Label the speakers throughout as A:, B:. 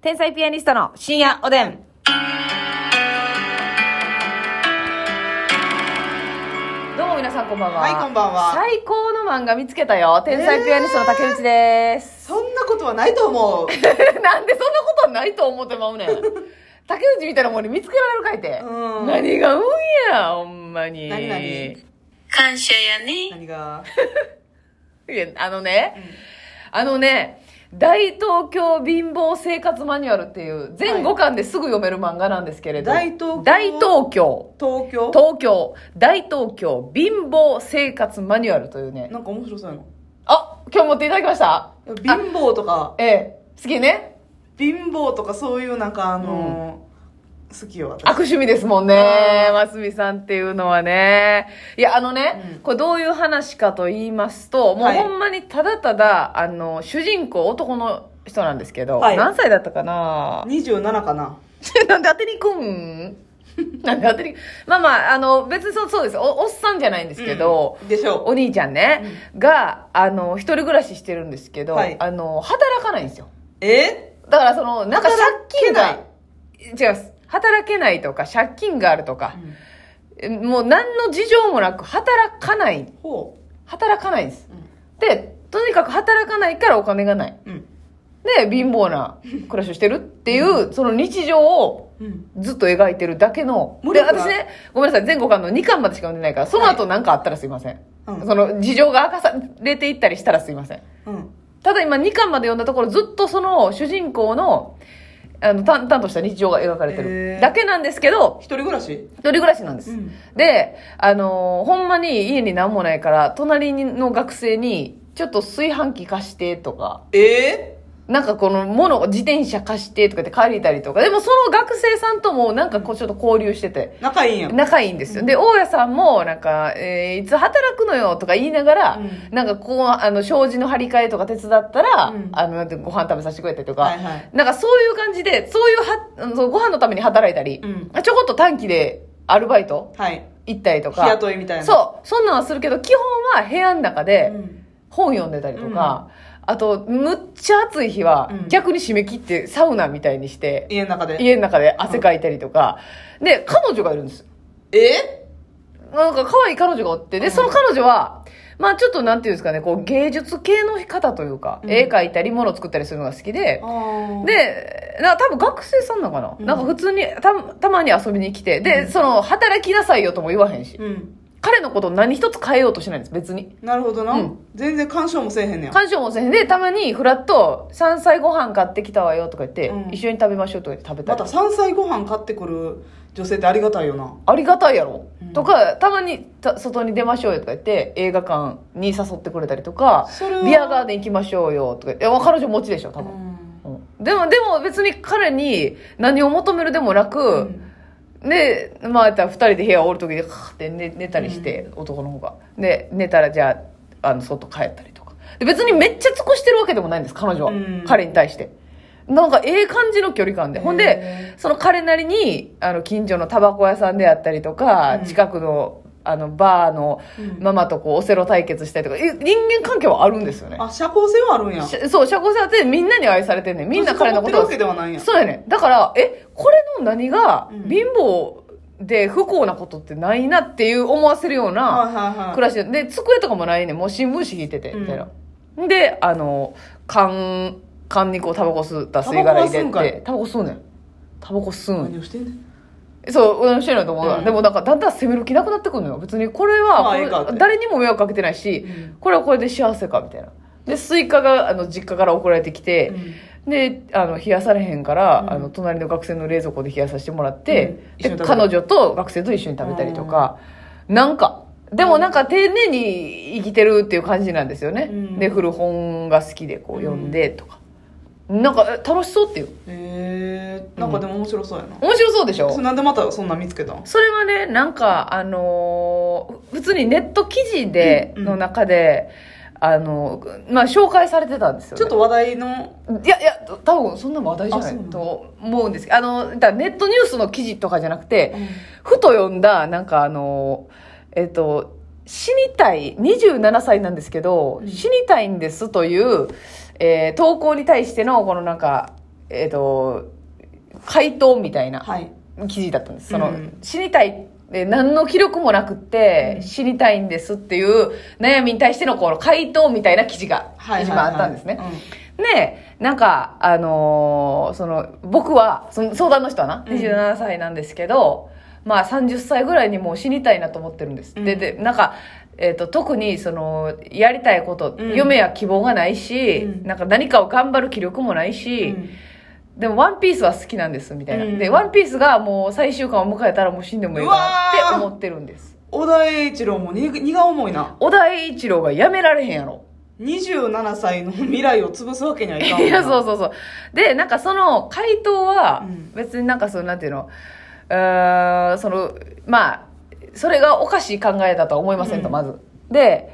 A: 天才ピアニストの深夜おでん。どうも皆さんこんばんは。
B: はいこんばんは
A: 最高の漫画見つけたよ。天才ピアニストの竹内です。
B: そんなことはないと思う。
A: なんでそんなことないと思ってまうねん。竹内みたいなもんに見つけられるかいて。
B: うん
A: 何が運や、ほんまに。
B: 何何
C: 感謝やね。
B: 何が。
A: いや、あのね、あのね、大東京貧乏生活マニュアルっていう、全5巻ですぐ読める漫画なんですけれど、
B: 大東京
A: 大東京、
B: 東京。
A: 東京、大東京貧乏生活マニュアルというね、
B: なんか面白そうや
A: あ、今日持っていただきました
B: な。貧乏とか、
A: ええ、好きね
B: 貧乏とかそういうなんかあのー、好きよ、私。
A: 悪趣味ですもんね。ますみさんっていうのはね。いや、あのね、
B: うん
A: これどういう話かと言いますと、もう
B: はい
A: ほんまにただただ、あの、主人公男の人なんですけど、
B: はい
A: 何歳だったかな
B: 27かな。
A: なんで当てに行くん なんで当てに、まあまあ、あの、別にそうそうですお。おっさんじゃないんですけど、
B: うんでしょ
A: お兄ちゃんね、が、あの、一人暮らししてるんですけど、
B: はい
A: あの、働かないんですよ。
B: う。え
A: だからその、なんか借金が
B: 働、
A: 違います。働けないとか、借金があるとか、もう何の事情もなく働かない、
B: ほ
A: 働かないんです
B: う。。
A: で、とにかく働かないからお金がない。
B: うん。
A: で、貧乏な暮らしをしてるっていう、その日常を、
B: うん。
A: ずっと描いてるだけの。
B: 無
A: で、
B: 力な
A: 私ね、ごめんなさい、前後巻の2巻までしか読んでないから、その後なんかあったらすいません。
B: うん
A: その、事情が明かされていったりしたらすいません。
B: うん。
A: ただ今2巻まで読んだところ、ずっとその主人公の、あの、淡々とした日常が描かれて
B: へ
A: る
B: ー
A: だけなんですけど
B: 一、人暮らし
A: 一人暮らしなんです。
B: うん
A: で、あのーほんまに家に何もないから、隣の学生に、ちょっと炊飯器貸してとか、
B: え
A: なんかこの物を自転車貸してとか言って帰りたりとか、でもその学生さんともなんかこうちょっと交流してて、
B: ー、仲いいんや。
A: 仲いいんですよ。で、大家さんも、なんか、えーいつ働くのよとか言いながら、
B: う
A: なんかこう、あの、障子の張り替えとか手伝ったら、
B: うん
A: あの、なんてご飯食べさせてくれたりとか、
B: はいはい。
A: なんかそういう感じで、そういうはあの、そのご飯のために働いたり、
B: う
A: ちょこっと短期でアルバイト
B: はい。
A: 行ったりと
B: 日
A: か、
B: 雇いみたいな。
A: そう、そんなんはするけど、基本は部屋の中で
B: ん。
A: 本読んでたりとか、あと、むっちゃ暑い日は、
B: うん
A: 逆に締め切ってサウナみたいにして、
B: 家の中で。
A: 家の中で汗かいたりとか、で、彼女がいるんです。
B: え
A: なんか可愛い彼女がおって、で、その彼女は、まあちょっとなんていうんですかね、こう芸術系の方というか、
B: うん
A: 絵描いたり物を作ったりするのが好きで
B: あ、ー、
A: で、な多分学生さんなのかな、
B: うん
A: なんか普通にた、たまに遊びに来て、で、
B: うん
A: その、働きなさいよとも言わへんし、
B: うん。
A: 彼のことを何一つ変えようとしないんです、別に。
B: なるほどな。
A: うん
B: 全然干渉もせえへんねや。
A: 感情もせへんで、たまにフラッと、山菜ご飯買ってきたわよとか言って、
B: うん
A: 一緒に食べましょうとか言って食べた
B: ま
A: り
B: た。山菜ご飯買ってくる女性ってありがたいよな。
A: ありがたいやろ、
B: うん
A: とか、たまにた外に出ましょうよとか言って、映画館に誘ってくれたりとか
B: それ、は
A: ビアガーデン行きましょうよとか言って、いや彼女持ちでしょ、多分。うんでも、でも別に彼に何を求めるでもな
B: う
A: く、
B: ん
A: で、まあ、やったら二人で部屋をおる時で、カーって寝寝たりして、男の方が。で、寝たらじゃあ、あの、外帰ったりとか。で、別にめっちゃ尽くしてるわけでもないんです、彼女は。
B: うん
A: 彼に対して。なんか、ええ感じの距離感で。ほんで
B: へ、
A: その彼なりに、あの、近所のタバコ屋さんであったりとか、
B: うん
A: 近くの、あの、バーの
B: うん
A: ママとこう、オセロ対決したりとか、い人間関係はあるんですよね。
B: あ、社交性はあるんや。
A: しそう、社交性あってみんなに愛されてんねん。みんな彼のこ
B: 閉
A: と
B: じこもってるわけではないんや
A: そうやねん。だから、え、これの何が
B: うん
A: 貧乏で不幸なことってないなっていう思わせるよう
B: はい
A: な
B: はいはい。
A: 暮らしで、で、机とかもないねん。もう新聞紙引いてて、
B: うん
A: みたいな。で、あの、缶、缶にこうタバコ吸った吸い殻入れ
B: タバコは吸うんか
A: て
B: い、
A: タバコ吸うねん。タバコ吸うん
B: 何をしてんねん。
A: そう、俺もしてないと思うから、
B: うん
A: でもなんかだんだん責める気なくなってくるのよ。別にこれ
B: ま
A: は、
B: あ
A: これ
B: ええかって
A: 誰にも迷惑かけてないし、
B: うん
A: これはこれで幸せか、みたいな。で、スイカが、あの、実家から送られてきて、で、あの、冷やされへんから、
B: うん
A: あの、隣の学生の冷蔵庫で冷やさせてもらって、
B: うん一緒に
A: で、
B: 食べた
A: 彼女と学生と一緒に食べたりとか、なんか、でもなんか丁寧に生きてるっていう感じなんですよね。
B: うん
A: で、古本が好きでこう読んでとか。なんか、え楽しそうっていう。
B: えー、なんかでも面白そうやな。
A: 面白そうでしょ
B: それなんでまたそんなん見つけたん
A: それはねなんかあのー普通にネット記事で、
B: うんうん
A: の中であのーまあ紹介されてたんですよ、ね、
B: ちょっと話題の、
A: いやいや多分そんな話題じゃな
B: あ
A: い
B: そうなの
A: と思うんですけどあのだからネットニュースの記事とかじゃなくて、ふと読んだなんかあのーえっと死にたい27歳なんですけど、
B: うん
A: 死にたいんですという、えー投稿に対してのこのなんかえっ、と回答みたいな
B: はい
A: 記事だったんです、その、
B: うん
A: 死にたいで何の気力もなくって、死にたいんですっていう悩みに対してのこの回答みたいな記事が
B: はいはいはい
A: 一番あったんですね、
B: う
A: でなんかあのーその僕はその相談の人はな
B: うん
A: 27歳なんですけど、まあ30歳ぐらいにもう死にたいなと思ってるんです、
B: うん
A: ででなんかえー、と特にそのやりたいこと、
B: うん
A: 夢や希望がないし、
B: うん
A: なんか何かを頑張る気力もないし、
B: うん
A: でも、ワンピースは好きなんです、みたいな。
B: うん
A: で、ワンピースがもう最終巻を迎えたらもう死んでもいいかなって思ってるんです。
B: 小田栄一郎もに荷が重いな
A: 小田栄一郎がやめられへんやろ。
B: 27歳の未来を潰すわけにはいかんもんない
A: や、そうそうそう。で、なんかその回答は
B: うん、
A: 別になんかその、なんていうの、うーん、その、まあ、それがおかしい考えだとは思いませんと、
B: うん
A: まず。で、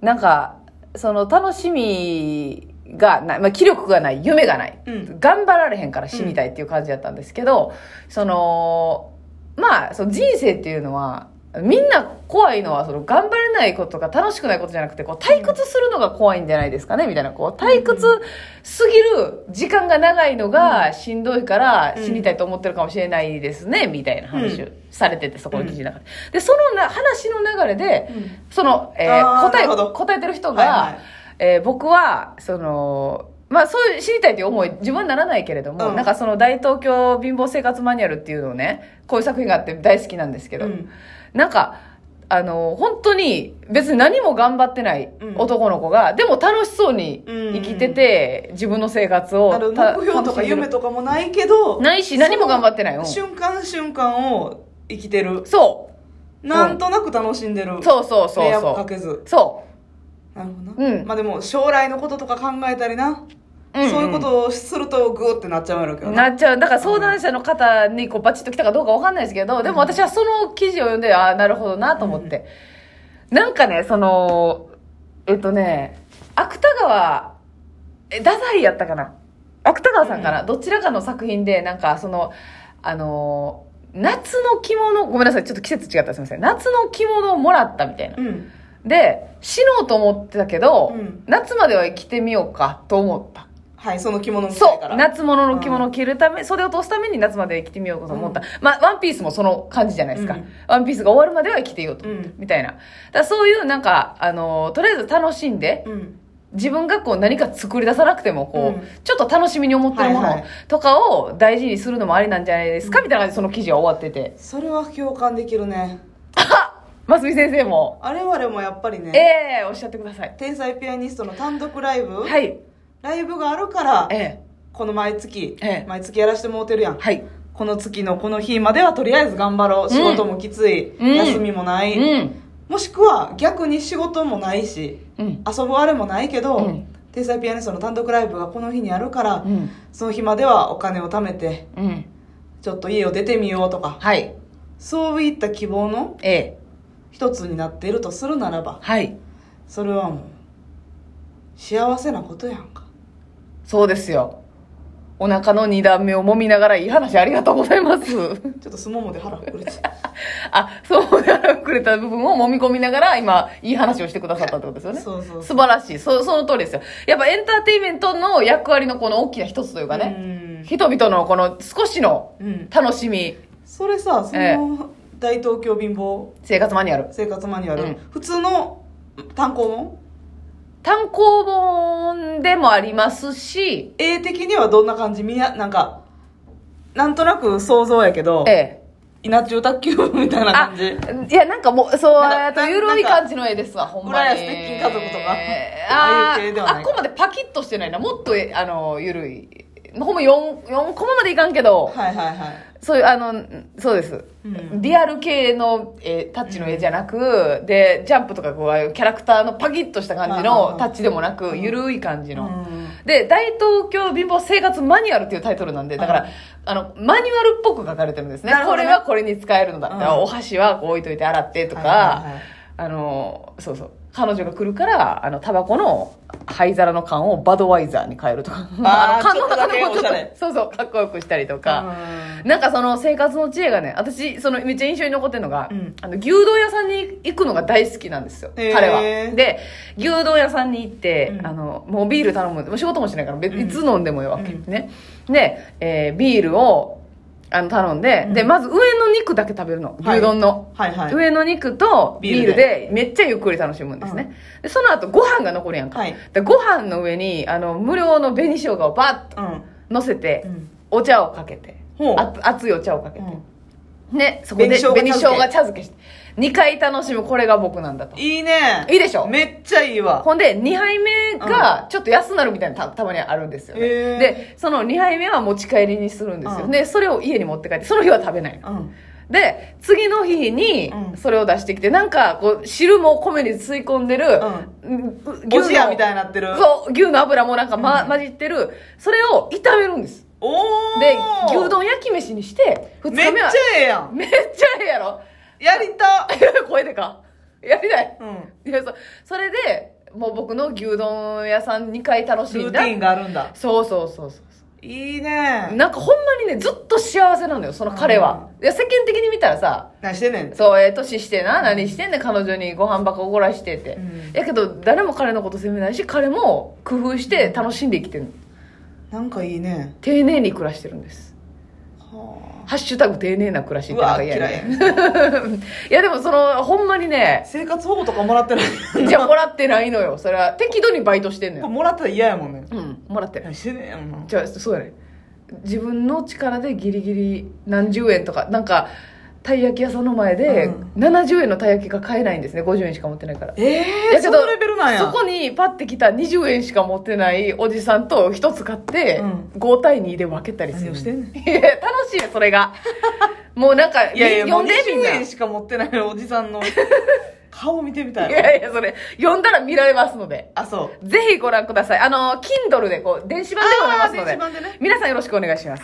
A: なんか、その楽しみがない、まあ、気力がない、夢がない、
B: うん
A: 頑張られへんから死にたいっていう感じだったんですけど、その、まあ、その人生っていうのは、みんな怖いのは、その、頑張れないことが楽しくないことじゃなくて、こう、退屈するのが怖いんじゃないですかね、みたいな、こう、退屈すぎる時間が長いのがしんどいから
B: うん
A: 死にたいと思ってるかもしれないですね、みたいな話を
B: う
A: されてて、そこの記事の中で。で、そのな話の流れで、
B: うん
A: その、えー
B: あー
A: 答え、
B: なるほど
A: 答えてる人が、
B: はいはい
A: えー僕は、その、まあそういう死にたいという思い自分はならないけれども、
B: うん
A: なんかその大東京貧乏生活マニュアルっていうのをね、こういう作品があって大好きなんですけど、
B: うん
A: なんか、あの、本当に別に何も頑張ってない
B: うん
A: 男の子が、でも楽しそうに生きてて、自分の生活を
B: あの
A: た
B: 目標
A: 楽
B: と
A: しんで
B: か
A: る
B: 夢とかもないけど
A: ないし、何も頑張ってない。うん
B: 瞬間瞬間を生きてる
A: そ
B: なんとなく楽しんでる
A: う。そうそうそう
B: 迷惑か
A: そ
B: けず
A: う。そ
B: なるほどな、
A: うん
B: まあでも将来のこととか考えたりな、
A: う。んん
B: そういうことをするとグーってなっちゃうやろうけど
A: なっちゃう。だから相談者の方にこうバチッと来たかどうかわかんないですけど、でも私はその記事を読んで、ああ、なるほどなと思って。なんかね、その、えっとね、芥川、え、太宰やったかな芥川さんかな、どちらかの作品で、なんかその、あのー、夏の着物、ごめんなさい、ちょっと季節違ったらすみません。夏の着物をもらったみたいな。
B: うん
A: で、死のうと思ってたけど、
B: うん
A: 夏までは生きてみようかと思った。
B: はいその着物も着た
A: そ
B: いか
A: う
B: ら
A: 夏物の着物を着るため、袖を通すために夏まで生きてみようかと思った、まあワンピースもその感じじゃないですか、
B: うん
A: ワンピースが終わるまでは生きていようと、
B: うん
A: みたいなだからそういうなんかあのとりあえず楽しんで
B: うん
A: 自分がこう何か作り出さなくてもこう、
B: うん
A: ちょっと楽しみに思ってるも
B: はいは
A: の
B: い
A: とかを大事にするのもありなんじゃないですか、みたいな感じでその記事は終わってて
B: それは共感できるね
A: 真澄先生も、
B: あれ我々もやっぱりね
A: ええおっしゃってください
B: 天才ピアニストの単独ライブ、
A: はい
B: ライブがあるから
A: ええ
B: この毎月、
A: ええ
B: 毎月やらしてもうてるやん
A: はい
B: この月のこの日まではとりあえず頑張ろう仕事もきつい、
A: うん
B: 休みもない、
A: うん
B: もしくは逆に仕事もないし
A: うん
B: 遊ぶあれもないけど、
A: うん
B: 天才ピアニストの単独ライブがこの日にあるから、
A: うん
B: その日まではお金を貯めて
A: うん
B: ちょっと家を出てみようとか
A: はい
B: そういった希望の
A: ええ
B: 一つになっているとするならば
A: はい
B: それはもう幸せなことやんか
A: そうですよ。お腹の二段目を揉みながらいい話ありがとうございます。
B: ちょっとすももで腹膨れて
A: あ、そうだ、くれた部分を揉み込みながら今、いい話をしてくださったってことですよね。
B: そうそう
A: 素晴らしい。そその通りですよ。やっぱエンターテインメントの役割のこの大きな一つというかね、
B: ね
A: 人々のこの少しの
B: うん、うん、
A: 楽しみ、
B: それさその、
A: ええ
B: 大東京貧乏
A: 生活マニュアル。
B: 生活マニュアル、
A: うん
B: 普通の単行本
A: 単行本でもありますし、
B: 絵的にはどんな感じみやなんかなんとなく想像やけど、
A: ええ。
B: 稲中卓球部みたいな
A: あ
B: 感じ
A: いや、なんかもう、そう、
B: な
A: あ
B: ん
A: と、
B: かな
A: ゆるい感じの絵ですわ、ほんまに。
B: 浦安鉄筋家族とか
A: あ
B: ああ
A: あ
B: いう系では
A: あ
B: ない
A: っこまでパキッとしてないな。もっと、えあの、ゆるい。ほんま4、4コマまでいかんけど、
B: はいはいはい
A: そういう、あの、そうです。
B: うん
A: リアル系の、えタッチの絵じゃなく、で、ジャンプとかこう、ああいうキャラクターのパキッとした感じ
B: はいはいは
A: の
B: い
A: タッチでもなく、
B: ん
A: ゆるい感じの。
B: うん
A: で、大東京貧乏生活マニュアルっていうタイトルなんで、だから、
B: うん
A: あの、マニュアルっぽく書かれてるんですね。
B: なるほ
A: こ
B: どね
A: れはこれに使えるのだったら、
B: うん
A: お箸はこう置いといて洗ってとか、
B: はいはいはい
A: あの、そうそう。彼女が来るから、あの、タバコの灰皿の缶をバドワイザーに変えるとか。
B: あー
A: の缶の中でも
B: ちょっとだ
A: ち
B: けお
A: ょっ
B: しゃれ
A: と、そうそう、かっこよくしたりとか。
B: う
A: なんかその生活の知恵がね、私、そのめっちゃ印象に残ってるのが、
B: うん
A: あの、牛丼屋さんに行くのが大好きなんですよ、
B: へー
A: 彼は。で、牛丼屋さんに行って、
B: うん
A: あの、もうビール頼む。もう仕事もしないから、別
B: うん
A: いつ飲んでもよわけ、
B: うん
A: ね。で、えービールを、あの、頼んで、
B: うん
A: で、まず上の肉だけ食べるの。
B: はい
A: 牛丼の。
B: はいはい。
A: 上の肉とビ
B: ビ
A: ー
B: ー
A: ル
B: ル
A: でめっちゃゆっくり楽しむんですね、でその後ご飯が残るやんか,、
B: はい
A: でご飯の上にあの無料の紅生姜をバッと
B: うん。
A: 乗せて、
B: うん
A: お茶をかけて
B: ほう
A: あ熱いお茶をかけ
B: う
A: て、
B: ん
A: ねそこで紅
B: 紅
A: 生
B: 生姜茶
A: 姜茶
B: 漬け
A: 漬けして2回楽しむこれが僕なんだと
B: いいね。
A: いいでしょ
B: めっちゃいいわ。
A: ほんで2杯目がちょっと安なるみたいなたたまにあるんですよね、
B: へー
A: でその2杯目は持ち帰りにするんですよ、
B: うん
A: でそれを家に持って帰ってその日は食べないの
B: うん。
A: で、次の日に
B: うん
A: それを出してきて、なんかこう、汁も米に吸い込んでる、うん
B: おじやみたい
A: い
B: になってる。
A: そう、牛の油もなんか、ま
B: うん
A: 混じってる、それを炒めるんです。
B: おー
A: で、牛丼焼き飯にして、二
B: めっ
A: 日
B: ち
A: 目
B: ゃ
A: は、
B: ええやん。
A: めっちゃええやろ
B: やりた。
A: 声でか。やりたい。
B: うん。
A: いや、そそれで、もう僕の牛丼屋さん2回楽し
B: ルー
A: ん
B: テ
A: だ。
B: ィンがあるんだ。
A: そうそうそうそう。
B: いいね。
A: なんかほんまにね、ずっと幸せなのよ、その彼は。いや、世間的に見たらさ、
B: 何してんねん。
A: そう、ええ年してな、何してんねん、彼女にご飯箱おごらしてて。
B: うん
A: やけど、誰も彼のこと責めないし、彼も工夫して楽しんで生きてるの。
B: なんかいいね。
A: 丁寧に暮らしてるんです。
B: は
A: ハッシュタグ丁寧な暮らし
B: あ。
A: っ
B: う
A: てなん
B: わ、
A: か嫌や
B: 嫌い
A: ね。。いや、でもその、ほんまにね、
B: 生活保護とかもらってない。
A: じゃあもらってないのよ、それは。適度にバイトしてんのよ。
B: もらったら嫌やもんね。
A: うん、もらってない。
B: 何してんねんやんな。
A: じゃあ、そうやね。自分の力でギリギリ何十円とか、なんか、たい焼き屋さんの前で
B: うん、
A: 70円のたい焼きが買えないんですね、50円しか持ってないから。
B: え
A: や
B: え、
A: け
B: そ
A: ど
B: のレベルなんや。
A: そこにパッて来た20円しか持ってないおじさんと1つ買って
B: うん
A: 5対2で分けたりす
B: 何
A: る、
B: をしてんねん。
A: いや楽しいよそれ がもうなんか
B: いやいや、も
A: 読
B: うん
A: でみん
B: 20
A: ない
B: 円しか持ってないおじさんの顔見てみたいわ。
A: やいやそれ読んだら見られますので
B: あ、そう。
A: ぜひご覧くださいあの Kindle でこう電子版でございますの
B: あー電子版
A: で
B: でね
A: 皆さんよろしくお願いします